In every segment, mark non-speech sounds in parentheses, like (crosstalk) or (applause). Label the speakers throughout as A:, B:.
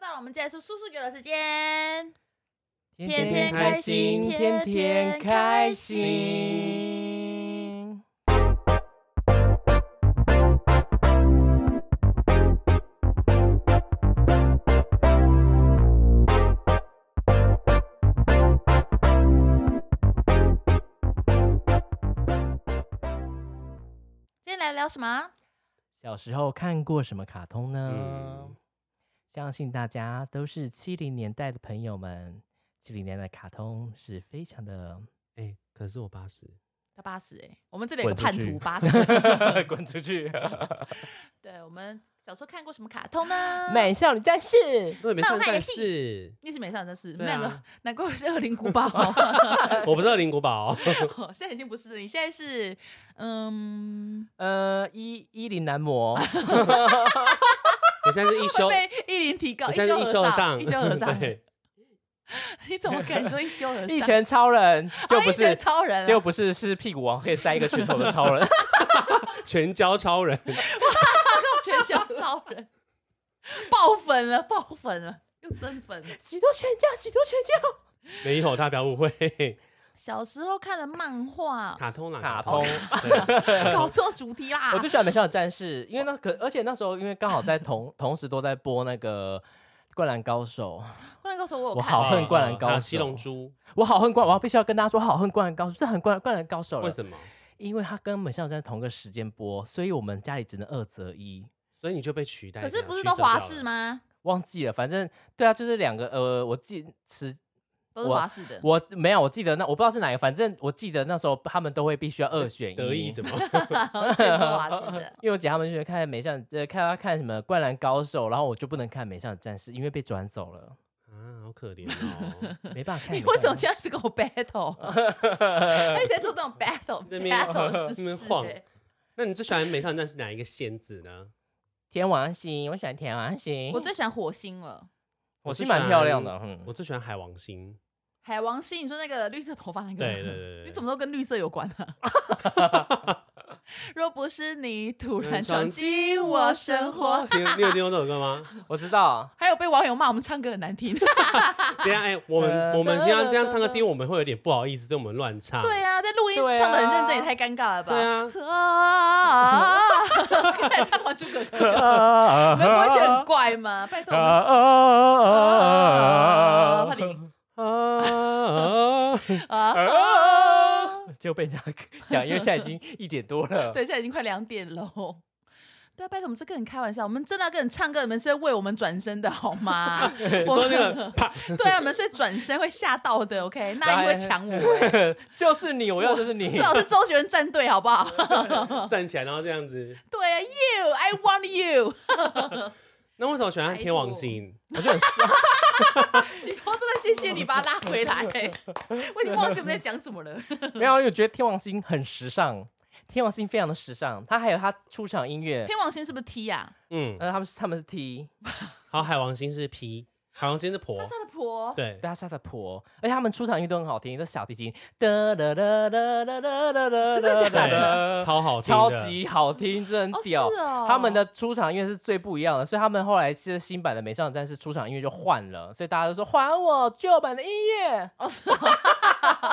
A: 到了我们结束叔叔酒的时间，
B: 天
A: 天开心天天开心。今天来聊什么？
B: 小时候看过什么卡通呢？
C: 嗯
B: 相信大家都是七零年代的朋友们，七零年代的卡通是非常的
C: 哎、可是我八十，
A: 到八十哎，我们这里有个叛
C: 滚出去
A: 徒八十。
B: (laughs) 滚出去！
A: 对，我们小时候看过什么卡通 (laughs) 呢？
B: 美少女战士，
C: 那没
A: 那我
C: 算
A: 看一个
C: 战
A: 戏
C: 士，
A: 你是美少女战士，
C: 对
A: 那
C: 啊
A: 个难怪我是二零古 (laughs) 堡，呃
C: 我不知道林国宝，哦
A: 现在已经不是了，你现在是嗯，
B: (laughs) 呃，一一零
A: (laughs)
B: 男模，
C: 我现在是一休，
A: 被一林提高，
C: 我现在是
A: 一
C: 一
A: 休
C: 休
A: 和
C: 上，
A: 尚，一休和尚，
C: (laughs) 对，
A: 你怎么敢说一休和尚？
B: 一拳超
A: (laughs)
B: 人就
A: 啊
B: 不
A: 一拳
B: 是，
A: 超人啊，
B: 就不是是屁股王可以塞一个拳头的超人，
C: 全交超人，
A: 全球超人，爆粉了，爆粉了，又增粉了。
B: 许多拳脚，许多拳脚。
C: 没有，大家不要误会，
A: 小时候看了漫画，
C: 卡通啦，
B: 卡通，
C: 对
A: 搞错主题啦
B: 我。最喜欢《美少女战士》，因为那可而且那时候因为刚好在同同时都在播那个《灌篮高手》，
A: 忽然告诉我，我有
B: 我
A: 看
B: (laughs) 好恨灌篮
C: 啊
B: 高
C: 还有
B: 手
C: 七龙珠，
B: 我好恨灌，我要必须要跟大家说，好恨灌篮高手，这很灌灌篮高手了。
C: 为什么？
B: 因为它跟《美少女战士》同个时间播，所以我们家里只能二择一。
C: 所以你就被取代
A: 可
C: 掉，
A: 是不是
C: 取
A: 都
C: 舍
A: 华
C: 掉
A: 视
C: 了？
A: 吗？
B: 忘记了，反正对啊，就是两个呃，我记时
A: 都是
B: 我
A: 华视的。
B: 我没有，我记得那我不知道是哪个，反正我记得那时候他们都会必须要二选一。
C: 得
B: (laughs)
C: 意什么？
A: 全部华视的。
B: 因为我姐他们就是看美少女，呃，看她看什么《灌篮高手》，然后我就不能看《美少女战士》，因为被转走了，
C: 啊，好可怜哦！ (laughs)
B: 没办法看。
A: 你为什么这样子跟我 battle？他一直哎在做那种 battle
C: 那边
A: battle 的
C: 那边
A: 姿势
C: 晃
A: 欸。
C: 那你最喜欢美少女战士哪一个仙子呢？
B: 天王星，我喜欢天王星，
A: 我最喜欢火星了，
B: 我是
C: 最喜
B: 蛮漂亮
C: 欢
B: 的，嗯，
C: 我最喜欢海王星。
A: 海王星。你说那个绿色头发那个？
C: 对对
A: (laughs)
C: 对。对，
A: 你怎么都跟绿色有关啊？ (laughs) 若不是你突然闯进我生活，？
C: (laughs) 你有你有听过这首歌吗？
B: 我知道，
A: 还有被网友骂我们唱歌很难听。
C: 等一下，哎，我们
B: 呃
C: 我们平常这样唱歌是因为我们会有点不好意思，所以我们乱唱。
A: 对啊，在录音
B: 对啊
A: 唱的很认真也太尴尬了吧？
C: 对啊
A: (laughs)
C: (laughs)
A: 啊，刚才唱完出哥哥
C: (laughs)
A: 歌，你们不会觉得很怪吗？拜托我们。啊！快点
C: 啊，
A: 啊啊！
B: 就被这样讲，因为现在已经一点多了。
A: 对，现在已经快两点了 (laughs) 哦。对啊，拜托，我们是跟你开玩笑，我们真的要跟你唱歌，你们是为我们转身的好
C: (laughs)
A: 吗？我
C: 说那
A: (laughs)
C: 个啪，
A: 对啊，我们是转身会吓到的，OK？那因为抢我、欸，
B: 就是你，我要就是你
A: 最。好是周杰伦战队，好不 (laughs) 好？
C: 站起来，然后这样子。
A: 对啊，You，I want you， (laughs)
C: 那为什么喜欢天王星？
B: 我就很
A: 你我真的谢谢你把他拉回来、欸，我已经忘记我们在讲什么了。
B: 没有，因为我觉得天王星很时尚，天王星非常的时尚。他还有他出场音乐，
A: 天王星是不是 T 啊呀、
C: 嗯，
B: 那他们是他们是 T，
C: 好，海王星是 P，海王星是
A: 啊？
C: 婆
A: 他。是他的婆，
C: 对，
B: 大家的婆，而且他们出场音乐都很好听，都是小提琴，哒哒哒哒哒哒哒哒哒
A: 真的假
C: 对，
B: 哒，
C: 超好听
B: 超
C: 的
B: 级好听，真的
A: 哦
B: 很屌。
A: 是哦
B: 他们的出场音乐是最不一样的，所以他们后来其实新版的《美少女战士》出场音乐就换了，所以大家都说还我旧版的音乐。
A: 哦是哦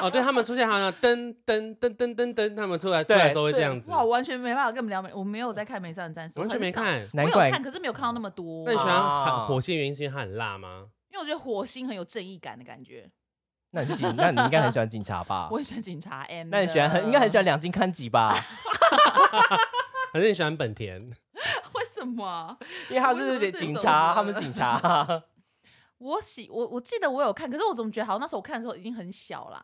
C: 哦，对他们出现好像噔噔噔噔噔噔，他们出来出来的时候会这样子，
A: 哇，我完全没办法跟你们聊美，我没有在看《美少女战士》，
C: 完全没
A: 我很少，
C: 看。
B: 难
A: 我
B: 怪
A: 有看，可是没有看到那么多。
C: 那你喜欢
B: 啊
C: 韩火星的原因是因为它很辣吗？
A: 因为我觉得火星很有正义感的感觉，
B: 那你是警，那你应该很喜欢警察吧
A: (laughs) 我？很喜欢警察 M。
B: 啊那你喜欢很应该很喜欢两金刊吉吧？
C: 还是你喜欢本田？
A: (laughs) 为什么？啊
B: 因为他
A: 我怎
B: 是
A: 么
B: 警
A: 这
B: 察，
A: 种
B: 他们
A: 了
B: 警察。 (laughs)
A: 我喜我我记得我有看，可是我怎么觉得好像那时候我看的时候已经很小啦。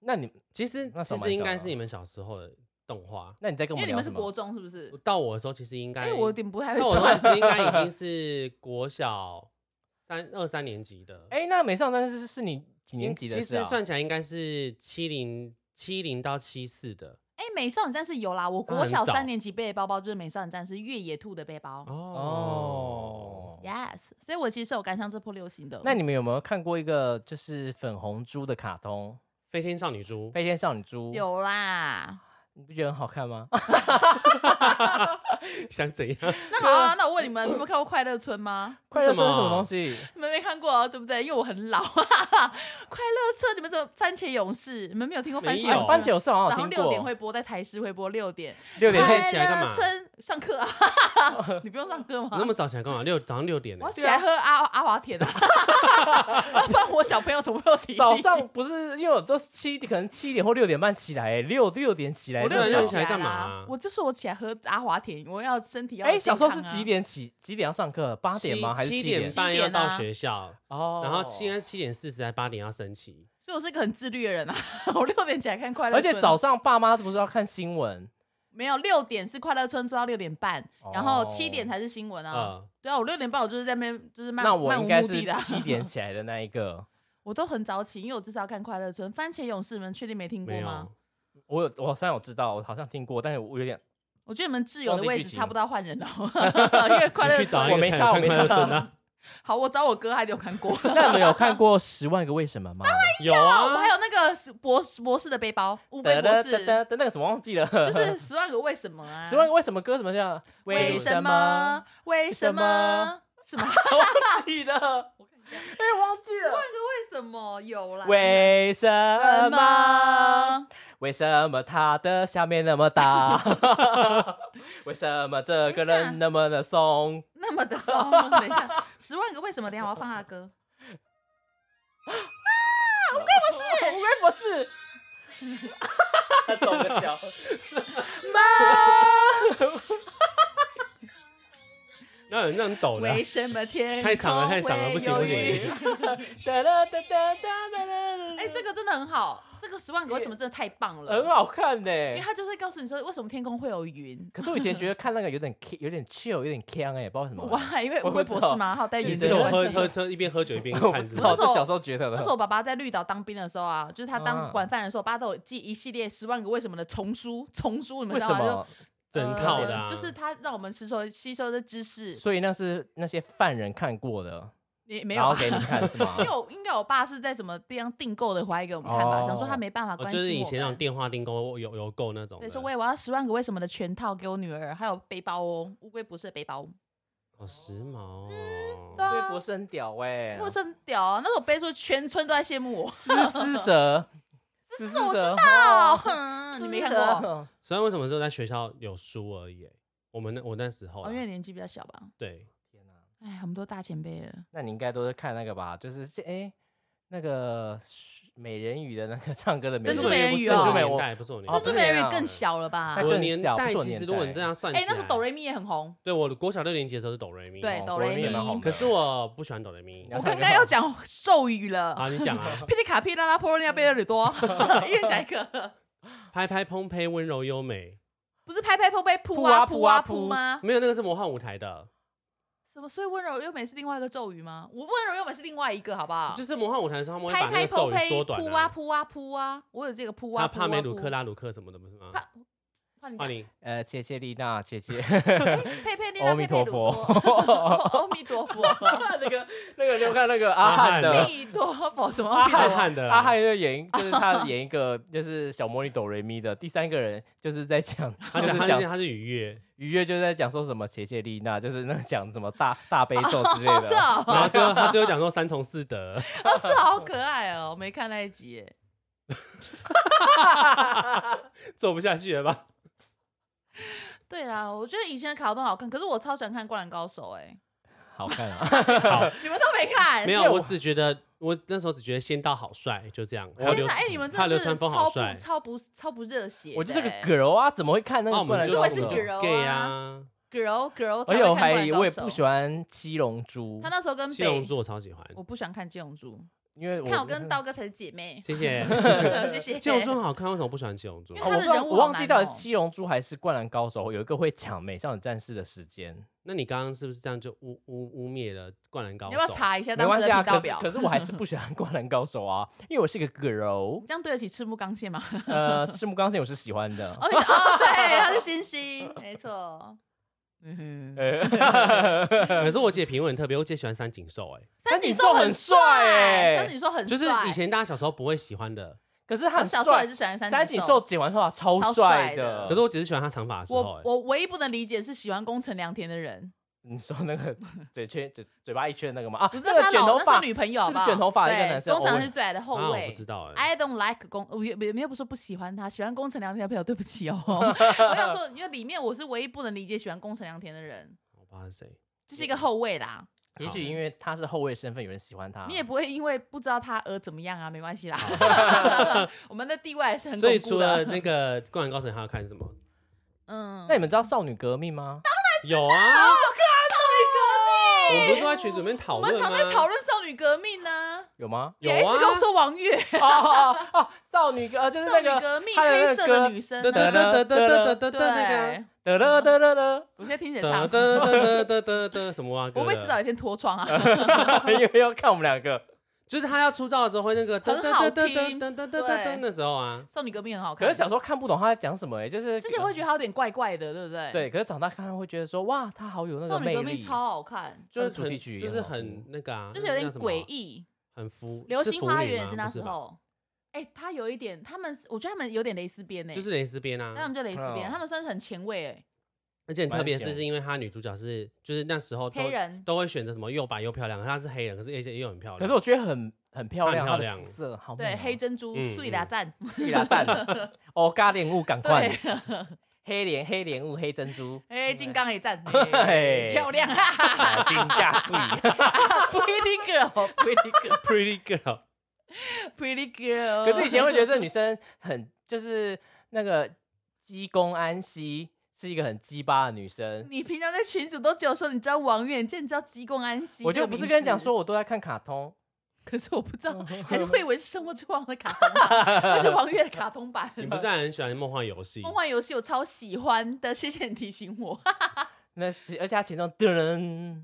B: 那你
C: 其实
B: 那
C: 其
B: 什么
C: 实应该
B: 你知道吗
C: 是你们小时候的动画。
B: 那你再跟
A: 因
B: 我
A: 为你
B: 聊
A: 们是
B: 什
A: 国
B: 么？
A: 中是不是？
C: 到我的时候，其实应
A: 哎、
C: 该，
A: 我有点不太会
C: 到我的时
A: 算 (laughs)
C: 候其。实应该已经是国小三二三年级的。
B: 哎，那美少女战士是是你几年
C: 嗯
B: 级的
C: 其
B: 事啊？
C: 实算起来应该是七零七零到七四的
A: 哎、美少女战士有啦，我国
C: 很
A: 小
C: 早
A: 三年级背的包包就是美少女战士越野兔的背包。
C: 哦。
B: 哦。
A: Yes，所以我其实是有赶上这波流行的。
B: 那你们有没有看过一个就是粉红猪的卡通
C: 飞天少女猪
B: 《飞天少女猪》？
A: 有啦？
B: 你不觉得很好看吗？
C: 想怎样？ (laughs)
A: 那好啊，那我问你们，你们看过《快乐村》吗？ (laughs)
B: 快乐
C: 什
B: 村是什么
C: 么
B: 东西？
A: 你们没看过、啊，对不对？因为我很老。 (laughs) 快乐村，你们怎么番茄勇士？你们没有听过番茄
C: 没有
A: 勇
B: 啊
A: 士？
B: 番茄有事好
A: 早
B: 像有
A: 上
B: 听
A: 六点
B: 过，
A: 会播，在台视会播六点。
B: 六
C: 点
A: 快
C: 起来干
A: 乐
C: 嘛
A: 村 (laughs) 上课啊，你不用上课吗？
C: 那么早起来干嘛？六早上六点呢
A: 我要？起来喝阿阿华田啊，要 (laughs) 不然我小朋友怎么会有体力？
B: 早上不是因为我都七可能七点或六点半起来，六六点起来
A: 我
B: 那
A: 六
B: 种，
C: 对
A: 点
C: 那
A: 就
C: 你起来
A: 来
C: 干
A: 啦
C: 嘛
A: 我就说我起来喝阿华田，我要身体要
B: 哎、
A: 健
B: 小时候是
A: 康啊
B: 几？点起？几点要上课？八点吗？
C: 七
B: 还是
C: 七
B: 点
C: 点半
A: 七
C: 要
A: 点
C: 到
A: 啊
C: 学校？
B: 哦，
C: 然后七安七点四十还八点要升旗，
A: 所以我是个很自律的人啊， (laughs) 我六点起来看快乐
B: 而
A: 村，
B: 且早上爸妈不是要看新闻，
A: 没有六点是快乐村做到六点半，然后七点
B: 哦
A: 才是新闻啊。
C: 呃，
A: 对啊，我六点半我就是在那边就是漫
B: 那我
A: 漫
B: 应
A: 无
B: 该
A: 目
B: 是
A: 的的啊，
B: 七点起来的那一个。
A: 我都很早起，因为我就是要看快乐村。番茄勇士你们确定没听过
C: 没
A: 吗
C: 有？。
B: 我有，我虽然我知道，我好像听过，但是我有
A: (laughs)
B: 点
A: 我觉得你们挚友的
B: 忘记
A: 位
B: 剧
A: 置
B: 情
A: 差不多要换
B: (laughs)
A: 人了，因为快
C: 你
A: 乐
C: 去找
A: 村
C: 一个
B: 我没
C: 看
B: 差我
C: 看
B: 没
C: 快乐
B: 差
C: 村
B: (laughs)
C: 啊，
A: 好，我找我哥还有看过。
B: 那你们有看过《十万个为什么》吗？
C: 有
A: 我 (laughs)
C: 啊
A: 还，有那个是博士博士的背包，乌龟博士，
B: 哒哒那个怎么忘记了？
A: 就
B: 就是
A: 十万个为什么啊？
B: (laughs) 《十万个为什么》歌怎么叫？
A: 为什么？？为什么？是吗？
B: 忘记了，哎，忘记
A: 十万
B: 了。
A: 个为什么有啦？
B: 为什
A: 什
B: 么？
A: 么？
B: 为什么他的下面那么大？ (laughs) 为什么这
A: 等
B: 个
A: 一下
B: 人那么的松？
A: 那么的松？等一下，十万个为什么？等一下我要放他
C: (laughs)
A: 歌。
B: 是乌龟博士。 (laughs) 走个小，
C: 那有那种抖的啊，
A: 为什么天
C: 太长了太长了
A: 空
C: 不行
A: 会
C: 不
A: 有
C: 行
A: 雨
B: 哒哒哒哒哒哒哒
A: 哎，这个真的很好，这个十万个为什么真的太棒了，
B: 很好看呢、
A: 因为他就是告诉你说为什么天空会有云。
B: 可是我以前觉得看那个有点有点 chill，有点 can 哎、不知道为什么。
A: 哇，因为
B: 我
A: 乌龟
B: 不
A: 博
B: 知道
A: 士嘛，还有带
C: 你
A: 云
C: 是
A: 的
C: 有
A: 关
C: 喝
A: 系。
C: 喝喝一边喝酒一边
B: (laughs) (laughs) 我不
C: 看是
B: 知
C: 吗
B: 道，
A: 那？时候
B: 这小时候觉得
A: 那
B: 的
A: 是。我爸爸在绿岛当兵的时候啊，就是他
B: 啊
A: 当管饭的时候，我爸都有寄一系列十万个为什么的丛书，丛书你们
B: 为
A: 知
B: 什
A: 道吗？就
B: 么？
C: 整套的啊，
A: 呃就是他让我们吸收吸收的知识，
B: 所以那是那些犯人看过的，
A: 也没
B: 然
A: 有啊
B: 后
A: 吧？
B: 给你看是吗
A: (laughs) 因？为我应该我爸是在什么地方订购的回来给我们看吧，
B: 哦
A: 想说他没办法
C: 哦
A: 啊关
C: 就
A: 心我
C: 是
A: 们。
C: 以前那种电话订购邮邮购那种的，
A: 对，说喂，我要十万个为什么的全套给我女儿，还有背包哦，乌龟不是背包，
C: 好时髦哦，
A: 对
B: 微
A: 啊
B: 博，是很屌
A: (laughs)
B: 哎、
A: 我是很屌啊！那时候背出去全村都在羡慕我，
B: 丝丝蛇，丝
A: 是我知
B: 蛇 (laughs)
A: 道，
B: 哦
A: 哼 (laughs) 你没看
B: 丝
A: 过？哦
B: 蛇
C: 虽然为什么只有在学校有书而已欸，我们那我那时候啊、
A: 哦，因为年纪比较小吧。
C: 对，
B: 天哪、
A: 哎，我们都大前辈了。
B: 那你应该都是看那个吧？就是哎、诶那个美人鱼的那个 (laughs) 唱歌的美
A: 珍
B: 人
A: 珠
B: 鱼
A: 美人鱼
C: 不是我
A: 哦
C: 年代不是我年
B: 哦
A: 珍
C: 代，
A: 珠
B: 不
A: 美
B: 是
A: 人
B: 啊
A: 鱼更小了吧
B: 那？
C: 我
B: 更
C: 年
B: 小不
C: 代
B: 是我
C: 其
B: 年
C: 实如果
B: 代
C: 你这样算起
A: 哎、
C: 来，
A: 那时候哆瑞咪也很红。
C: 对我国小六年级的时候是哆瑞咪，
A: 对
B: 哦
A: 哆
B: 哆
A: 来
B: 来咪也蛮
A: 咪
B: 好看的
C: 可是我不喜欢哆瑞咪
B: 你要
A: (laughs) 我
B: 唱
A: 刚
B: 歌
A: 刚
B: 吗
A: 要讲咒语了，
C: 啊，你讲啊，
B: (laughs)
A: 霹雳卡霹拉拉波罗尼亚贝勒吕多，一人讲一个， (laughs)
C: 拍拍烘焙温柔优美，
A: 不是拍拍扑拍扑
B: 扑
A: 啊
B: 啊
A: 扑
B: 扑啊
A: 啊
B: 扑
A: 扑吗？
C: 没有那个是魔幻舞台的，
A: 什么？所以温柔优美是另外一个咒语吗？我温柔优美是另外一个，好不好
C: 就？是魔幻舞台的时候他们会
A: 拍
C: 把
A: 拍
C: 那
A: 扑
C: 个咒
A: 拍
C: 语缩短
A: 扑啊
C: 啊，
A: 扑啊扑啊！我有这个扑啊
C: 他
A: 扑啊
C: 帕梅鲁克
A: 拉，
C: 拉鲁克什么的不是吗？
A: 帕怕你
C: 帕
A: 讲
C: 尼
B: 呃，切切丽娜，
A: (laughs)
B: 切切，
A: 佩佩丽
B: 阿
A: 娜
B: 弥
A: 佩佩
B: 陀
A: 鲁
B: 佛
A: 多，阿弥陀
C: (laughs)
A: 佛，
B: 那个那个，你有看那个
C: 阿
B: 阿
C: 汉
B: 汉
C: 的
B: 的
A: 阿？弥陀佛什么阿
B: 阿
A: 弥陀
C: 汉
A: 佛？
C: 汉的啦啊
B: 阿汉就演一，就是他演一个就是小魔女哆瑞咪的第三个人，就是在讲，
C: 他
B: 就
C: 讲
B: 是
C: 他是
B: 讲
C: 他是愉悦，
B: 愉悦，就是在讲说什么切切丽娜，就是那个讲什么大大悲咒之类
A: 哦，是
B: 的。
A: 哦，
C: (laughs) 然后最后他最后讲说三从
A: (laughs)
C: 四德，
A: 哦是哦好可爱哦，我没看那一集耶。
C: 做不下去了吧？
A: 对啦，我觉得以前的卡通好看，可是我超喜欢看《灌篮高手》
C: (laughs)
A: 哎，
B: 好看啊！
A: 你们都哎没看？
C: 没
A: 有。
C: 有，
B: 因为
C: 我
B: 我
C: 只觉得我那时候只觉得仙道好帅，就这样。还有
A: 天
C: 流
A: 哪，哎，你们
C: 还有
A: 真的
C: 流
A: 是超
C: 川
A: 不
C: 枫好帅，
A: 超不超不热血的欸。
B: 我就是个 girl 啊，怎么会看那
C: 那
B: 个
C: 我
B: 灌
C: 们
B: 篮
A: 就
B: 高
A: 我也是
B: 手？哎
A: girl 啊
C: gay 啊，
A: girl girl，
B: 而
A: 才
C: 哎
B: 且
A: 会
B: 我
A: 看
B: 怀
A: 灌
B: 疑，
A: 篮
B: 我也
A: 高手
B: 不喜。欢七龙珠
A: 他，那时候跟
C: 七龙
A: 北，
C: 珠我超喜欢，
A: 我不喜欢看七龙珠，
B: 因为我
A: 看我跟刀哥才是姐
B: (laughs)
A: 妹。
C: 谢谢。
A: (laughs) 谢谢。
C: 七龙珠很好看，为什么我不喜欢七龙珠
A: 因？为
B: 哦
A: 他的
B: 我不知道
A: 人物
B: 我
A: 好
B: 忘记
A: 难
B: 到底
A: 哦
B: 是七龙珠还是灌篮高手，有一个会抢美少女战士的时
A: (laughs)
B: 间。
C: 那你刚刚是不是这样就污污污蔑了灌篮高
A: 你
C: 手？
A: 要不要
C: (laughs)
A: 查一下
B: 没
A: 当
B: 关
A: 时
B: 系
A: 的
B: 啊，
A: 频道
B: 可是
A: 表？
B: 可是我还是不喜欢灌篮高手啊，因为我是个 girl (laughs)
A: 你。这样对得起赤木刚宪吗？ (laughs)
B: 呃，赤木刚宪我是喜欢的。
A: 哦，你哦，对，他是星星，没
B: (laughs)
A: 错。嗯哼，
B: 呃
C: 可是我姐评论很特别，我姐喜欢三井寿，哎，
A: 三
B: 三
A: 井
B: 井
A: 寿
B: 寿
A: 很
B: 很
A: 帅，
B: 帅
A: 三井寿很
C: 就是
A: 帅
C: 以前大家小时候不会喜欢的，
B: (laughs) 可是他
A: 我
B: 很
A: 小时候也
B: 帅，
A: 是喜欢
B: 三
A: 三
B: 井寿剪完头发超
A: 超
B: 帅
A: 帅的
C: 可是我只是喜欢他长发的时候、
A: 嗯我
C: 欸，
A: 我唯一不能理解是喜欢宫城良田的人，
B: 你说
A: (laughs)
B: 那个嘴圈嘴嘴巴一圈的那个吗？啊，
A: 不是
B: 那
A: 那
B: 个
A: 是他
B: 卷头
A: 老那
B: 发
A: 是，女朋友
B: 是不
A: 吧？
B: 是卷头发的那个
A: 对
B: 男生
A: 宫城良
B: 哦
A: 田是最爱的后
C: 啊，我
A: 卫
C: 不。知道哎、
A: I don't like 宫，我也也没有不是不喜欢他，喜欢宫城良田的朋友，对不起哦。 (laughs) 我想说，因为里面我是唯一不能理解喜欢宫城良田的人，
C: 我不知道是谁。
A: 就是一个后卫啦。
B: 也许因为他是后卫身份，有人喜
C: 啊
B: 欢他。
A: 你也不会因为不知道他而怎么样啊，没关系啦。 (laughs) 我们的地位还是很
C: 啊所以
A: 巩固
C: 除了
A: 的。
C: 那个《灌篮高手》，还要看
A: (laughs)
C: 什么？
A: 嗯，
B: 那你们知道少女革
A: (laughs)
B: 命吗？
C: 有
A: 少
C: 啊，我
A: 女革命，
C: 们不是都在群组里面讨
A: 我
C: 论
A: 们
C: 吗？？
A: 常在讨论少女革命呢。
B: 有吗
C: 有
A: 你还一直跟我
C: 啊，
A: 说王月，
B: 哦哦哦，少女革呃就是
A: 少
B: 那
A: 女
B: 个
A: 革命
B: 她的
A: 黑
B: 那个
A: 色的
B: 歌
A: 女生
C: 得
A: 呢，
C: 得得得得得得得那个
A: 对，
B: 得得得
A: (laughs)
B: 得得，
A: 我现在听起来
C: 得
A: 唱，
C: 得得得得得什么啊？
A: 我会迟早有一天脱窗啊。
B: 因为要看我们两个。
C: 就是他要出道的时候会那个噔噔噔噔噔噔噔噔噔的时候啊，
A: 少女革命很好
B: 可
A: 看，
B: 是小时候看不懂他在讲什么哎，就是
A: 之前会觉得它有点怪怪的，对不对？，
B: 对，可是长大看会觉得说哇，他好有那
A: 少
B: 个
A: 女
B: 魅
A: 革命
B: 力。
A: 超好看，
C: 就是
B: 它的主
C: 很
B: 题曲也
C: 就是
B: 很
C: 很那个啊，
A: 就是有点
C: 那叫什么
A: 诡，异。
C: 很浮。
A: 流星花园也是
C: 是腐女吗
A: 那
C: 不
A: 时
C: 吧，
A: 候，哎，他有一点，他们我觉得他们有点蕾丝边呢，
C: 就是蕾丝边
A: 那他
C: 啊
A: 们。就蕾丝边，
B: 嗯
A: 他们算是很前卫哎，
C: 而且很特别，
B: 蛮
C: 是
B: 久
C: 是因为他女主角是就是那时候都
A: 黑人
C: 都会选择什么又白又漂亮，她是黑人，可是而且又很漂
B: 可
C: 亮。
B: 是我觉得很很漂
C: 很
B: 亮，
C: 漂
B: 她的
C: 亮
B: 肤色好美
A: 对
B: 哦
A: 黑珍珠
C: 嗯
A: 碎俩赞，
B: 绿啦赞，
A: (laughs)
B: 哦，咖莲雾赶快
A: 对，，，
B: 黑莲黑莲雾黑珍珠
A: (laughs) 哎金刚也赞，
B: 嘿
A: 漂亮哈哈哈
B: 啊金哦架
A: (laughs)
B: 碎。
A: ，Pretty (laughs) girl，Pretty
C: Pretty girl，
A: girl，Pretty girl。
B: 可是以前会觉得
A: (laughs)
B: 这女生很就是那个鸡公安息是一个很鸡巴的女生。
A: 你平常在群组都只有说你知道王远健，你知道鸡公安息，
B: 我就不是跟你讲，说我都在看卡通，
A: 可是我不知道，还是会以为是《生活之王》的卡通版，那是王月的卡通版。
C: 你不是还很喜欢梦幻游戏？
A: 梦幻游戏我超喜欢的，谢谢你提醒我。
B: 那是而且她其中噔，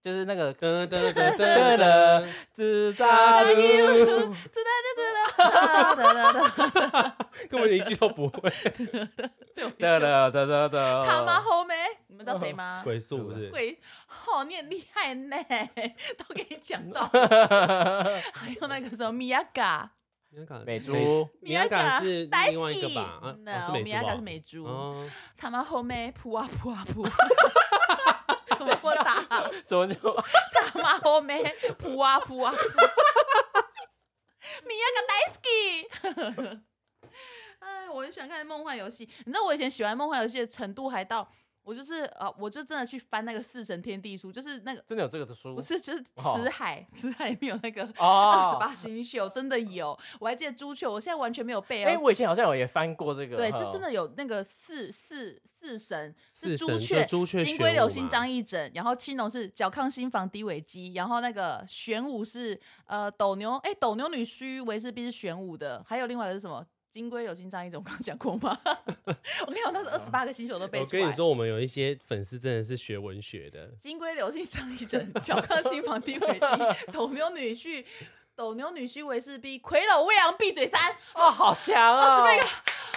B: 就是
A: (laughs)
B: 那个
C: 噔噔噔噔噔，
B: 自在
A: (laughs)
B: 路，
C: 根本一句都不会。
B: 得了得了得了，
A: 他妈后妹，你们知道谁吗？
C: (laughs) 鬼速不是？
A: 鬼，好、你很厉害呢，都给你讲到。
C: 嗯
A: 还有那个什么米亚嘎，
C: 米亚卡
B: 美珠，
C: 米亚
A: 嘎
C: 卡是另外一个吧？啊，哦是美
A: 嗯米亚
C: 珠
A: 嘎
C: 吧
A: 是美珠。
C: 哦，
A: 他妈后妹扑啊扑啊扑，
C: (laughs)
A: (laughs) 怎么不打？
B: 什么就
A: 他妈后妹扑啊扑啊扑，米亚个 d a i s k (laughs) 哎，我很喜欢看梦幻游戏，你知道我以前喜欢梦幻游戏的程度还到，我就是呃，我就真的去翻那个《四神天地书》，就是那个
B: 真的有这个的书
A: 不是就是
B: 哦
A: 辞海，辞海里面有那个二十
B: 哦。
A: 八星宿，真的有，我还记得朱雀，我现在完全没有背
B: 哎，
A: 哦。
B: 我以前好像有也翻过这个，
A: 对，
B: 哦
A: 这真的有那个四四四神是
C: 四神
A: 朱
C: 就
A: 雀，
C: 朱雀
A: 金
C: 玄
A: 龟
C: 武
A: 柳
C: 嘛
A: 心张义整，然后青龙是角亢新房低尾鸡，然后那个玄武是呃斗牛，哎斗牛女虚为是必是玄武的，还有另外一个是什么？金龟柳心张义整，我刚刚讲过吗？ (laughs) 我跟你讲，那是二十八个星宿我都背
C: 啊我
A: 出
C: 跟
A: 来。
C: 你说，我们有一些粉丝真的是学文学 (laughs) 的，
A: 金龟柳心张义整，角亢新房低尾鸡，斗牛女婿。斗牛女婿为是逼，魁首未昂闭嘴三，
B: 哦，好强啊！
A: 28个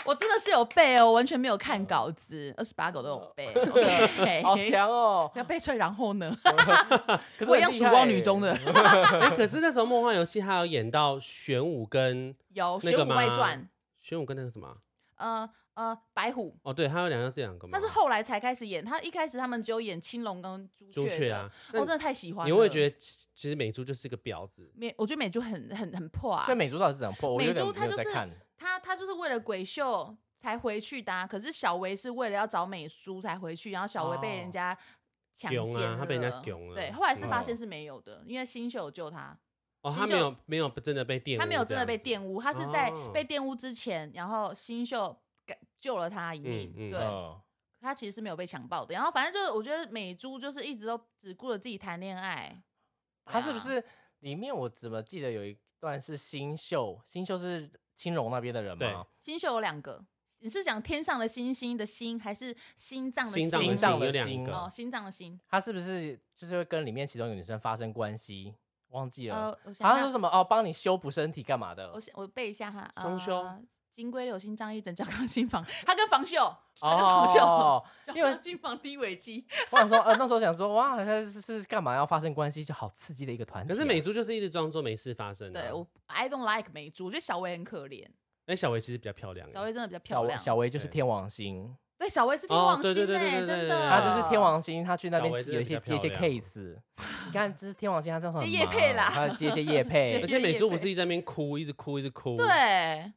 A: 我真的是有背哦，我完全没有看稿子，二十八个我都有背。OK，
C: 哦 (laughs)
B: 好
A: (laughs)
B: 强哦！
A: 要背出来，然后呢？ (laughs)
B: 可是
A: 我
B: 很
A: 一样
B: 厉
A: 曙
B: 害
A: 光
B: 耶
A: 女中的，
C: 哎、可是那时候梦幻游戏还有演到玄武跟
A: 有《
C: 那
A: 玄
C: 个
A: 武外
C: 吗
A: 传》，
C: 玄武跟那个什么啊？
A: 呃呃，白虎，
C: 哦，对，他有两个这两个嘛。
A: 他是后来才开始演，他一开始他们只有演青龙跟朱雀
C: 朱雀
A: 的，
C: 啊，
A: 我真的太喜欢了。
C: 你会不会觉得其其实美珠就是个婊子？
A: 美？我觉得美珠很很很破啊
B: 所以，美珠到底是怎样破？我有
A: 美
B: 点
A: 珠
B: 没
A: 她
B: 有在
A: 就是
B: 看。
A: 他他就是为了鬼秀才回去的啊、可是小维是为了要找美珠才回去，然后小维被人家强
C: 哦囧啊
A: 奸了，
C: 她被人家囧了
A: 对，后来是发
B: 哦
A: 现是没有的，因为新秀有救他，
C: 哦，
A: 其实
C: 他没
A: 就
C: 有没有真的被玷污，
A: 他没有真的被
C: 这样
A: 玷污，他是在
C: 哦
A: 被玷污之前，然后新秀给救了他一命，
C: 嗯嗯
A: 对。
B: 嗯，
A: 他其实是没有被强暴的。然后反正就是，我觉得美珠就是一直都只顾着自己谈恋爱。
B: 她是不
A: 对啊？
B: 是里面我怎么记得有一段是新秀？新秀是青龙那边的人吗？
A: 新秀有两个，你是讲天上的星星的星，还是心脏的
C: 心脏
B: 心
C: 的
B: 脏
C: 心
B: 的
C: 有两
B: 心
C: 个，
A: 哦，心脏的心。
B: 她是不是就是会跟里面其中一个女生发生关系？忘记了。
A: 呃，我想
B: 她
A: 想
B: 说，什么哦，帮你修补身体干嘛的
A: 我？想我背一下哈。
C: 双修
A: 呃金龟柳心张一整叫康心房，他跟房秀，他跟房秀，
B: 哦，因
A: 因
B: 为
A: 为金房低尾鸡，
B: 我想说，呃，那时候想说，哇，她是是干嘛要发生关系，就好刺激的一个团体啊。
C: 可是美珠就是一直装作没事发生、啊。
A: 对我 I don't like 美珠，我觉得小薇很可怜，
C: 那小维其实比较漂亮欸，
A: 小薇真的比较
B: 小
A: 漂
B: 薇
A: 亮，
B: 小薇就是
C: 对
B: 天王星，
A: 对小薇是天
C: 哦
A: 王
C: 对
A: 星
C: 对对对
A: 哎，
C: 对
A: 真
C: 对
A: 的，
C: 对
B: 她就是天王星，她去那边
C: 小薇真的
B: 有一些
C: 比
B: 接
C: 较
B: 一些
C: 漂亮
B: case，你
A: (laughs)
B: 看这是天王星，她这样很
A: 接业
B: 忙
A: 配啦
B: 她接一
A: (laughs)
B: 些业配
C: (laughs) 而
B: (laughs)
A: 接，
C: 且美
A: 业
C: 珠不
A: 配
C: 是一直在那边哭，一直哭，一直哭，
A: 对。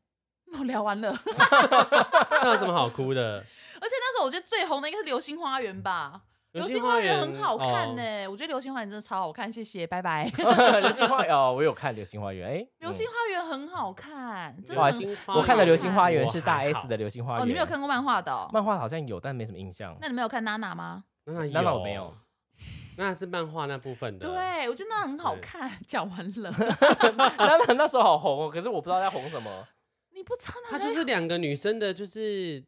A: 我聊完了，而且
C: 那有什么好哭的？
A: 那时候我觉得最红的应该是《流星花园》吧，《 (laughs) 流星花
C: 花
A: 园》很好看呢、
C: 哦嗯
A: 我觉得《流星花园》真的超好看，谢谢，拜拜。《
B: 流星花园哦，我有看流星花园，哎，
A: 流星花园》很好看，真的
B: 我还
A: 很
C: 流星
B: 嗯
C: 花
B: 我看的
A: 好
B: 流星花园
C: 我
B: 是大
C: 还好
B: S 的流星花
A: 哦，
B: 园，
A: 你没有看过漫画的、哦？
B: 漫画好像有，但没什么印象。
A: 那你没有看娜娜吗？
C: 那
B: 那
C: 有
B: 我没有，哦
C: 那是漫画那部分的。
A: 对，我觉得那很好
C: 啊对
A: 看。讲完了，
C: (laughs)
B: (laughs) 那那那时候好红哦，可是我不知道在红什么。
A: 你不知道那
C: 她就是两个女生的，就是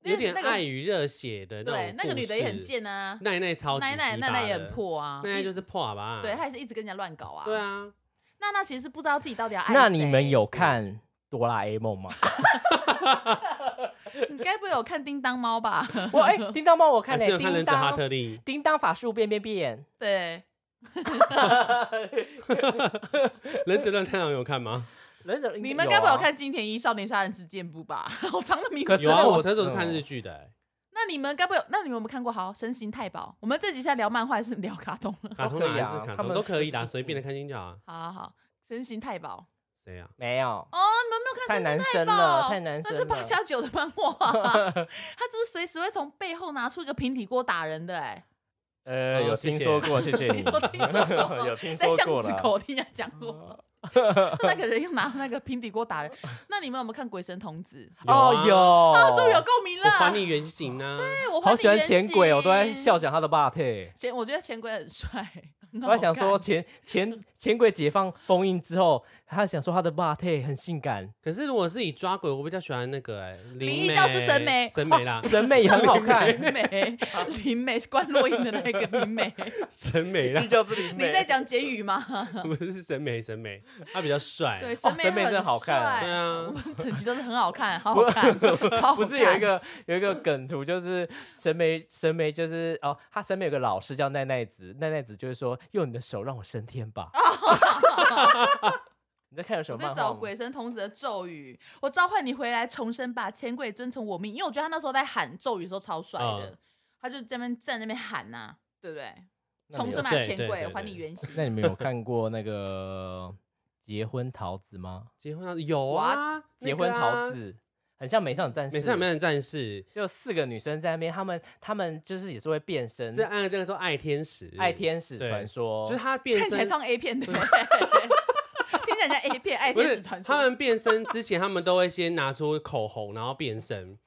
A: 那个
C: 有点
A: 那个
C: 爱与热血的那
A: 对
C: 种。
A: 那个女的也很，贱啊，
C: 奈奈超级
A: 奶奶
C: 鸡
A: 奶
C: 巴
A: 奶也
C: 的
A: 很，破啊，
C: 奈奈就是是破吧？
A: 对，她也是一直跟人家乱搞啊。
C: 对，啊，
A: 娜娜其实是不知道自己到底要爱
B: 那你们
A: 谁？
B: 有看哆啦 A 梦吗？
A: 你该不会有看叮当猫吧？ (laughs)
B: 我哎，叮当猫我看了，
C: 还是有看忍
B: 叮
C: 者哈
B: 当
C: 特利。
B: 叮当法术变
A: (laughs)
B: 变变，
A: 对，
C: 忍者乱太郎有看吗？
B: 忍
C: 啊
B: 者
A: 你们该不会有？
B: 啊
A: 看《金田一少年杀人事件簿》吧？ (laughs) 好长的名
B: 可
A: 字。
B: (laughs) 是
C: 有啊，
B: 我
C: 我那时候是
B: 嗯
C: 看日剧
B: (laughs)
C: 的欸，
A: 那你们该不会有？那你们有没有看过《好身形太保》？我们这几下聊漫画还是聊卡通了？ (laughs)
C: 卡
B: 都
C: 通
B: 可
C: 哪
B: 以
C: 还
B: 啊
C: 是卡
B: 他
C: 通
B: 们
C: 都
B: (laughs)
C: 可以的啊，随便的看进去啊。
A: 好好好，《身形太保》
C: 谁啊？
B: 没有，
A: 哦，你们没有看《
B: 太
A: 身形
B: 男生
A: 宝
B: 了，太男生
A: 那
B: 了。
A: 是八加九的漫画、啊， (laughs) 他就是随时会从背后拿出一个平底锅打人的、哎，
B: 呃，有
C: 哦谢
B: 听
C: 谢
B: 说过，
A: (laughs)
B: 谢谢你。
A: 我听说过
B: (laughs) 有听
A: 在
B: 说
A: 巷
B: 过嗯
A: 子
B: 了。
A: 口听人家讲过，那个人又拿那个平底锅
B: (laughs)
A: 打人。那你们有没有看《鬼神童子
C: 有
B: 哦
C: 啊，
B: 有，
A: 啊，终于有共鸣了
C: 我。还你原形啊！
A: 对，我还
B: 好喜欢
A: 你原
B: 钱鬼，哦我都在
A: 形
B: 笑。讲他的 body。
A: 钱，我觉得钱鬼很帅。很
B: 我
A: 好
B: 在想说
A: 看，
B: 钱钱钱鬼解放封印之后，他想说他的 body 很性感，，
C: 可是如果是以抓鬼，我比较喜欢那个哎，灵
A: 灵异
C: 媒
A: 教室神媒
C: 神
A: (laughs)
C: 媒啦
B: 审美也很好看。
A: 林美， (laughs) 林美是关洛英的那个林美。
C: 神媒啦，
B: 教之灵
A: 你在讲结语吗？
C: 不是是审美，审美，他比较
A: 啊
C: 帅。
A: 对，
B: 哎哦审
A: 美
B: 美真的
A: 很
B: 好看
A: 帅
C: 对啊
A: 我们整集都是很好
B: (laughs)
A: 看，好好看，超好
B: 不是有一
A: 看
B: 个有一个梗图，就是神眉神眉就是哦，他审美有个老师叫奈奈子，奈奈子就是说用你的手让我升天
A: (laughs)
B: 吧。你在看有什
A: 我
B: 么
A: 在
B: 哦漫画
A: 找
B: 吗？
A: 鬼神童子的咒语，我召唤你回来重生吧，千贵遵从我命。因为我觉得他那时候在喊咒语的时候超帅的，
B: 嗯
A: 他就在那边站在那边喊呐、对不对？
B: 那
A: 重
B: 你有
A: 生吧，
C: 对
A: 千
C: 对
A: 贵，
C: 对对
A: 还你原形。
B: 那你们有看过那个结婚桃子吗？
C: 结婚啊有啊，
B: 结婚桃
C: 桃，
A: 啊
B: 子很像美少女战士，
C: 美少女战士
B: 就四个女生在那边，她们她们就是也是会变
A: 嗯
B: 身，
C: 是按照这个说爱天使，
B: 爱，天使
C: 对
B: 传说，
C: 就是他变
A: 看起来
C: 身，
A: 像 A 片的，听起来像 A 片爱
C: 不
A: 天
C: 是
A: 使传
C: 他
A: 说。
C: 们变身之前，他们都会先拿出口红，然后变身，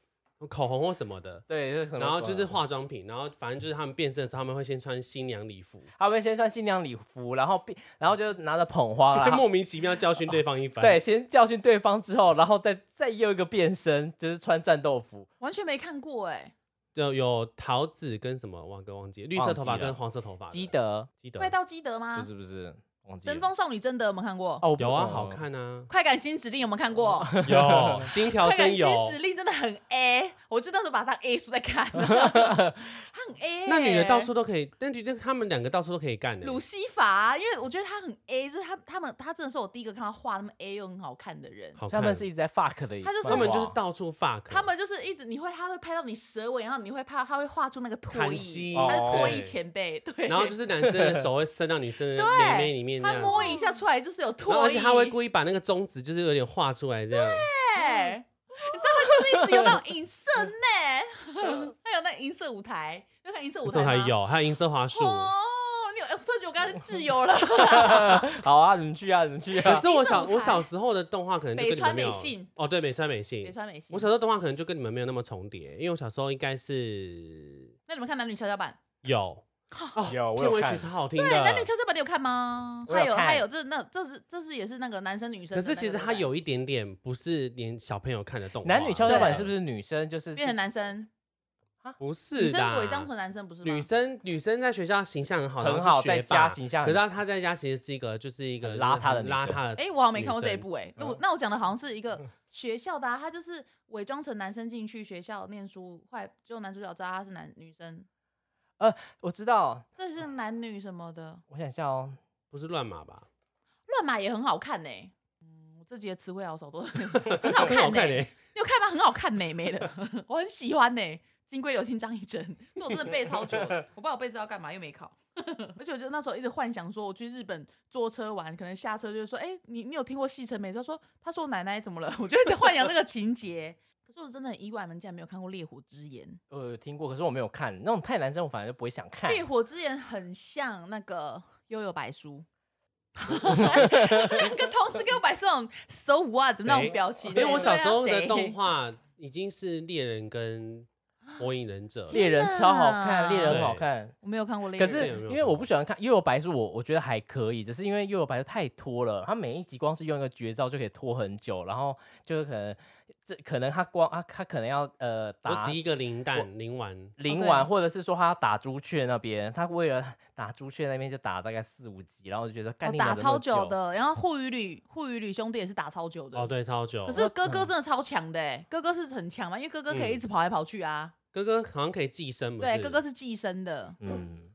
C: 口红或什么的，
B: 对，就是什么
C: 然后
A: 啊
C: 就是化妆品，然后反正就是他们变身的时候，他们会先穿新娘礼服，
B: 他们先穿新娘礼服，然后变，然后就拿着捧花，
C: 先
B: 然后
C: 莫名其妙教训对方一番。
B: 对，，先教训对方之后，然后再再又一个变身，就是穿战斗服。
A: 完全没看过哎、
C: 就有桃子跟什么，忘哥忘记，绿色头发
B: 忘记了
C: 跟黄色头发的，
B: 基德
C: 基
A: 怪
C: 德
A: 盗基德吗
B: 不？是不是，忘记了
A: 啊神风少女真的有没有看过？，
B: 哦，我哦不
C: 有啊，
B: 懂
C: 好。看啊
B: (laughs)
A: 快感新指令有没有看过？
C: 有
A: (laughs)
C: 心跳
A: 快感
C: 真
A: 新
C: 有。
A: 指令真的很 A，我就那时候把它当 A 书在
C: (laughs)
A: 看，它很 A 欸、
C: 那女的到处都可以，那女的他们两个到处都可以干的、
A: 鲁西法，啊因为我觉得他很 A，就是他他们他真的是我第一个看到画那么 A 又很好看的人。
C: 好看。
B: 他们是一直在 fuck 的一
A: 他
B: 漫
A: 就是
B: 画，
C: 他们就是到处 fuck，
A: 他们就是一直你会，他会拍到你舌尾，然后你会拍到他会画出那个脱
C: 弹
A: 衣，
C: 息
A: 他是脱
B: 哦
A: 衣前辈，对，
C: 然后
A: (laughs)
C: 就是男生的手会伸到女生的
A: 对
C: 妹妹里面这
A: 他
C: 样子，
A: 摸一下出来就是有
C: 然后
A: 脱
C: 而
A: 衣，
C: 且他会故意把那个中指就是有点画出来这样，
A: 对，
C: 嗯
A: (laughs) 你知道他就是一直有那种影射呢，还有那银色舞台，有看银色舞
C: 那时
A: 台
C: 候
A: 吗？
C: 还有还有银色滑树。
A: 哦，你有，哎我突然觉得我刚才是挚友了。
B: (laughs) 好啊，你们去啊，你们去
C: 可
B: 啊。
C: 是我小
A: 银色舞台
C: 我小时候的动画可能就跟你们没有
A: 北川美幸
C: 哦，对，美川美
A: 别
C: 信。
A: 穿美心
C: 我。小时候动画可能就跟你们没有那么重叠，因为我小时候应该是
A: 那你们看男女跷跷板？
C: 有哦
B: 有我有
C: 片尾
B: 看
C: 曲超好听
A: 对，男女
C: 的。
A: 跷跷板你有看吗？
B: 我有
A: 还有
B: 看
A: 还有，这那这是这是也是那个男生女生的
C: 可
A: 那个。
C: 是其实
A: 对不
C: 它
A: 对
C: 有一点点不是连小朋友看的动画，
B: 男女跷跷板
C: 啊
A: 对
B: 是不是女生就是
A: 变成男生，
C: 不
A: 女
C: 是
A: 生
C: 的，
A: 伪装成男生不是吗？
C: 女生女生在学校形象很好，然后
B: 很
C: 是
B: 好，
C: 学
B: 在
C: 霸
B: 家形象
C: 可是她她在家其实是一个就是一个
B: 很邋遢的
C: 很
B: 女
C: 邋
B: 生
C: 遢的，
A: 哎，我好像没看过
C: 女生嗯
A: 这一部哎。那我那我讲的好像是一个学校的，啊，他就是伪装成男生进去学校念书，后来只有男主角知道他是男女生，
B: 我知道，
A: 这是男女什么的。
B: 我想笑哦。
C: 不是乱码吧？
A: 乱码也很好看呢。嗯，我这集的词汇好少多， (laughs)
C: (laughs)
A: 很好看呢、
C: 嘞，
A: 你有看吗？很好看呢、没了， (laughs) 我很喜欢呢、金龟流星张一真，因为我真的背超久的，我不知道我背这要干嘛，又没考。 (laughs) 而且我就那时候一直幻想说，我去日本坐车玩，可能下车就是说，哎、你你有听过戏称没？他说他说我奶奶怎么了？ (laughs) 我就一直幻想这个情节。 (laughs) 可是我真的很意外，你们竟然没有看过《烈火之言》。
B: 我有听过，可是我没有看那种太男生，我反而就不会想
C: 哎
B: 看。
A: 烈火之言很像那个悠悠白
C: (laughs)
A: 书， (laughs) 两个同时给我摆出那种 so what 的那种表情。
C: 因为我小时候
A: 对啊
C: 的
A: 谁
C: 动画已经是猎人跟火影忍者，
B: 猎人超好看，
A: 天
B: 猎
A: 哪
B: 人很好看。
A: 我没有看过猎
B: 可
A: 人，
B: 是
C: 猎人没有
B: 因为我不喜欢看《幽游白书》，我我觉得还可以，只是因为《幽游白书》太拖了，他每一集光是用一个绝招就可以拖很久，然后就是可能这可能他光他他可能要呃
C: 我
B: 打
C: 只一个零
B: 我
C: 蛋零丸，
B: 灵
A: 哦对
B: 丸，或者是说他要打朱雀那边，他为了打朱雀那边就打了大概四五集，然后我就觉得干
A: 我
B: 你
A: 哦打
B: 娘怎
A: 超
B: 么那么
A: 久。的，然后护鱼旅护鱼旅兄弟也是打超久的。
C: 哦，对，超久。
A: 可是哥哥真的超强的、欸，哥哥是很强嘛，因为哥哥可以一直跑来跑去啊。
C: 哥哥好像可以寄生，不
A: 对，
C: 是
A: 哥哥是寄生的。
B: 嗯，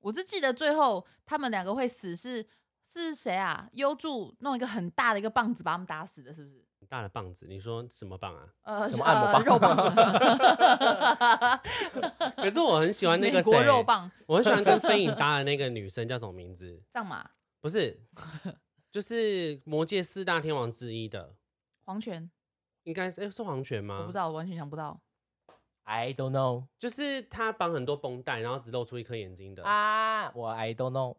A: 我只记得最后他们两个会死是是谁啊？优助弄一个很大的一个棒子把他们打死的，是不是？
C: 很大的棒子，你说什么棒啊？
A: 呃，
B: 什么按摩棒
A: 呃、肉棒，
C: 可是我很喜欢那
A: 美
C: 个
A: 国
C: 谁，
A: 肉棒，
C: 我很喜欢跟飞影搭的那个女生叫什么名字？
A: 上马 (laughs)
C: 不是，就是魔界四大天王之一的，
A: 黄泉，
C: 应该是哎是黄泉吗？
A: 我不知道，我完全想不到。
B: I don't know
C: 就是他绑很多绷带，然后只露出一颗眼睛的。
B: 啊，我 I don't know。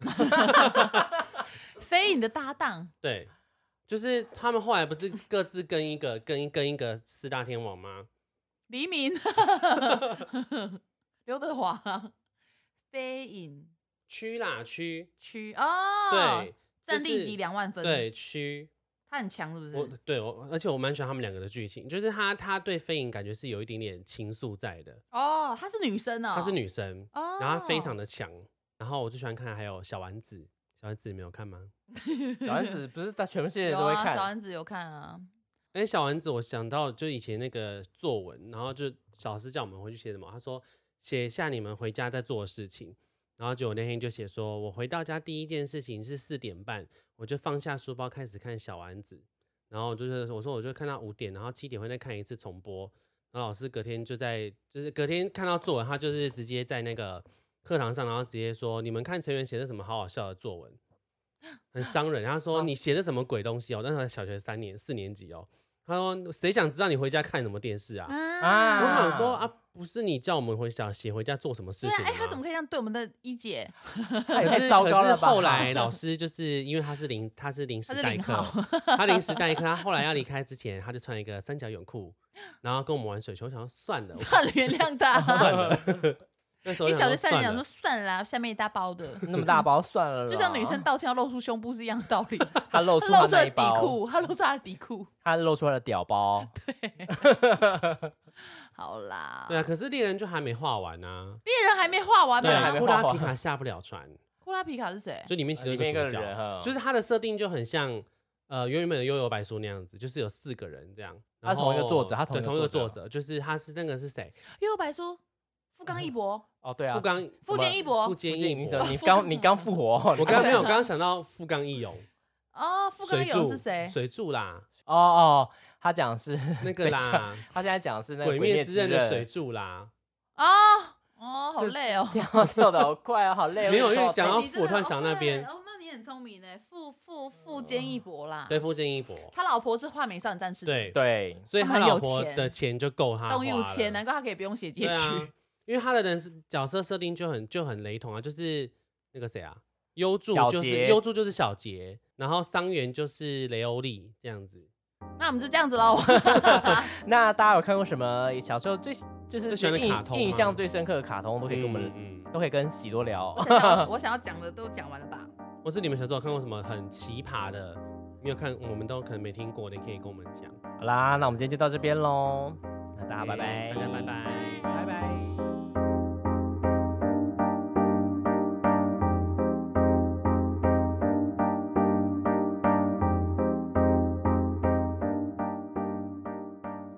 A: (laughs) 飞影的搭档，
C: 对，就是他们后来不是各自跟一个跟一跟一个四大天王吗？
A: 黎明， (laughs) 刘德华，飞影
C: 区啦区，
A: 区哦，
C: 对，，
A: 战
C: 就是
A: 力级两万分，，
C: 对区，
A: 他很强是
C: 我
A: 不是？
C: 对我，而且我蛮喜欢他们两个的剧情，就是他他对飞影感觉是有一点点情愫在的，
A: 哦，她是女生哦，
C: 她是，女生，
A: 哦，
C: 然后她非常的强，然后我就喜欢看还有小丸子，小丸子你没有看吗？
B: 小
A: (laughs)
B: 丸子不是大全世界
A: 有
B: 都会
A: 啊，
B: 看，
A: 小丸子有看啊，
C: 哎，小丸子，我想到就以前那个作文，然后就老师叫我们回去写什么，他说写下你们回家在做的事情。然后就我那天就写说，我回到家第一件事情是四点半，我就放下书包开始看小丸子，然后就是我说我就看到五点，然后七点会再看一次重播。然后老师隔天就在就是隔天看到作文，他就是直接在那个课堂上，然后直接说你们看成员写的什么好好笑的作文，很伤人。他说你写的什么鬼东西哦？那时候小学三年四年级哦。他说谁想知道你回家看什么电视啊？
B: 啊
C: 我想说
B: 啊
C: 啊，不是你叫我们回想写回家做什么事
A: 对
C: 情
A: 啊，
C: 吗？
A: 哎，他怎么可以这样对我们
C: (laughs)
A: 的一姐？
B: 太
C: 可
B: 太
C: 是
B: 糟糕
C: 可是
B: 了吧？(laughs)
C: 后来老师就是因为他是临他是临时
A: 他是
C: 代
A: 零
C: 课，他临时代课，他后来要离开之前，他就穿一个三角泳裤，然后跟我们玩水球。我想说算了，我
A: 算了，原谅
C: (laughs)
A: 他。
C: 算了。那时候
A: 你
C: 我
A: 小
C: 想
A: 学
C: 说
A: 三年
C: 算
A: 讲说
C: 了，
A: 算了啊，下面一大包的，
B: 那么
C: 啊
B: 大包算了啦，
A: 就像女生道歉要露出胸部是一样的道理。
B: 她露
A: 他
B: 出
A: 露
B: 她
A: 出
B: 那
A: 了
B: 一
A: 底
B: 包，
A: 裤，他露出他的底裤。
B: 她露出她的屌
C: (laughs)
B: 包，
A: 好啦，
C: 对啊，可是猎人就还没画完啊，
A: 猎人还没画完
C: 对
B: 对还
A: 吗
B: 没？
C: 库
B: 画
C: 拉
B: 完
C: 皮卡下不了
A: (laughs)
C: 船，
A: 库拉皮卡是谁？
C: 就里面其中
B: 里面一
C: 个
B: 个
C: 主
B: 人
C: 角，
B: 哈，
C: 就是他的设定就很像呃原本的《幽游白书》那样子，就是有四个人这样。然
B: 他同一个
C: 后
B: 作者他同
C: 对
B: 一个
C: 同一个
B: 作
C: 作
B: 者
C: 者，就是他是那个是谁？
A: 幽游白书，富冈义
C: 嗯
A: 博，
B: 哦对啊，
C: 富
B: 不
C: 冈
A: 富坚义博
C: 富坚义
B: 建议你怎么 (laughs)
C: 博。
B: 你
A: 富
B: 刚
A: 冈
B: 你刚复活哦，
C: (laughs) 我
B: 你
C: 刚刚
A: 对
C: 没
A: 啊
C: 有，我刚刚想到富冈义勇，
A: 哦，富冈
C: 水
A: 义勇
C: 柱
A: 是谁？
C: 水柱啦，
B: 哦哦，他讲的是
C: 那个啦，
B: 他现在讲的是那
C: 《
B: 个
C: 鬼灭之刃》的水
B: 水
C: 柱啦。
A: 哦哦，好累哦。
B: 跳跳的好快哦，好累，
C: 没有
B: 我
C: 因为
B: 靠
C: 讲到
A: 你真的
C: 我突然想到那边哦
A: 哦对哦，那你很聪明呢，富富富坚义博啦。
C: 对，，富坚义博，
A: 他老婆是画美少女战士。，
C: 对，
B: 对
C: 所以
A: 他
C: 他
A: 很有
C: 老婆
A: 钱
C: 的钱就够他
A: 东有
C: 花
A: 千，
C: 了
A: 难怪他可以不用写结
C: 对
A: 局
C: 啊。，因为他的人是角色设定就很就很雷同啊，就是那个谁啊，优助
B: 小
C: 就是
B: 杰
C: 优助就是小杰，然后伤员就是雷欧利这样子，
A: 那我们就这样子喽。
B: 那大家有看过什么小时候最就是
C: 最喜欢的
B: 印
C: 卡通吗
B: 印象最深刻的卡通，都可以跟我们、
C: 嗯嗯
B: 都可以跟喜多聊
A: 我。想
C: (laughs)
A: 要我想要讲的都讲完了吧？
C: 或是你们小时候有看过什么很奇葩的？没有看，我们都可能没听过的，你可以跟我们讲。
B: 好啦，那我们今天就到这边喽，那大家拜拜，
C: 大家嗯拜拜。
B: 拜拜。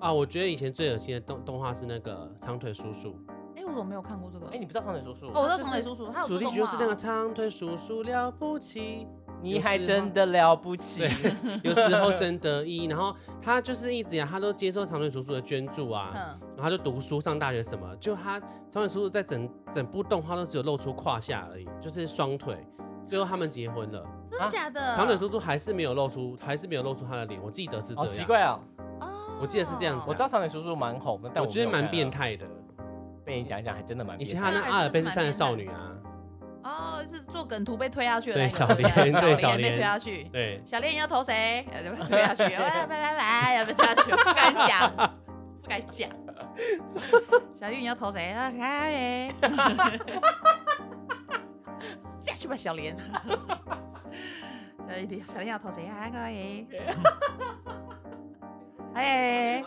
C: 啊，我觉得以前最恶心的动动画是那个长腿叔叔，
A: 哎，我怎么没有看过这个？
B: 哎、你不知道长腿叔叔？
A: 哦，我知道
B: 他
A: 长
B: 就
A: 腿
B: 是
A: 叔叔，他有做
C: 主题
A: 动
C: 曲就是那
A: 画
C: 个
A: 啊
C: 长腿叔叔了不起，
B: 你还真的了不起
C: 对。有时候真得意。然后他就是一直呀，他都接受长腿叔叔的捐助啊，
A: 嗯，
C: 然后他就读书上大学什么，就他长腿叔叔在整整部动画都只有露出胯下而已，就是双腿。最后他们结婚了，
A: 真的假的？
C: 长腿叔叔还是没有露出，还是没有露出他的脸。我记得是这
B: 好
C: 样，
B: 奇怪啊！
A: 哦
C: 我记得是这样子啊
B: 我知道长腿叔叔蛮红的，但
C: 我
B: 我
C: 觉得
B: 没有
C: 蛮
B: 看
C: 变
B: 啊。
C: 态的。
B: 被你讲一讲，还真的蛮
C: 以
B: 变
C: 前
B: 态
C: 他
B: 的。
C: 那
A: 那还
C: 阿尔
A: 真
C: 卑
A: 是
C: 斯
A: 蛮
C: 山的
A: 变
C: 少
A: 态
C: 女啊，
A: 哦，是做梗图被推下去的那个，
C: 对小
A: 不
C: 莲对小
A: 小被推
C: 莲
A: 下去。
C: 对，
A: 小莲你要投谁？呃被推下去，拜拜拜拜，要被推下去，不敢讲，不敢讲。小玉你要投谁？啊哎，下去吧，小莲。小玉小莲要投谁？啊可以。哎，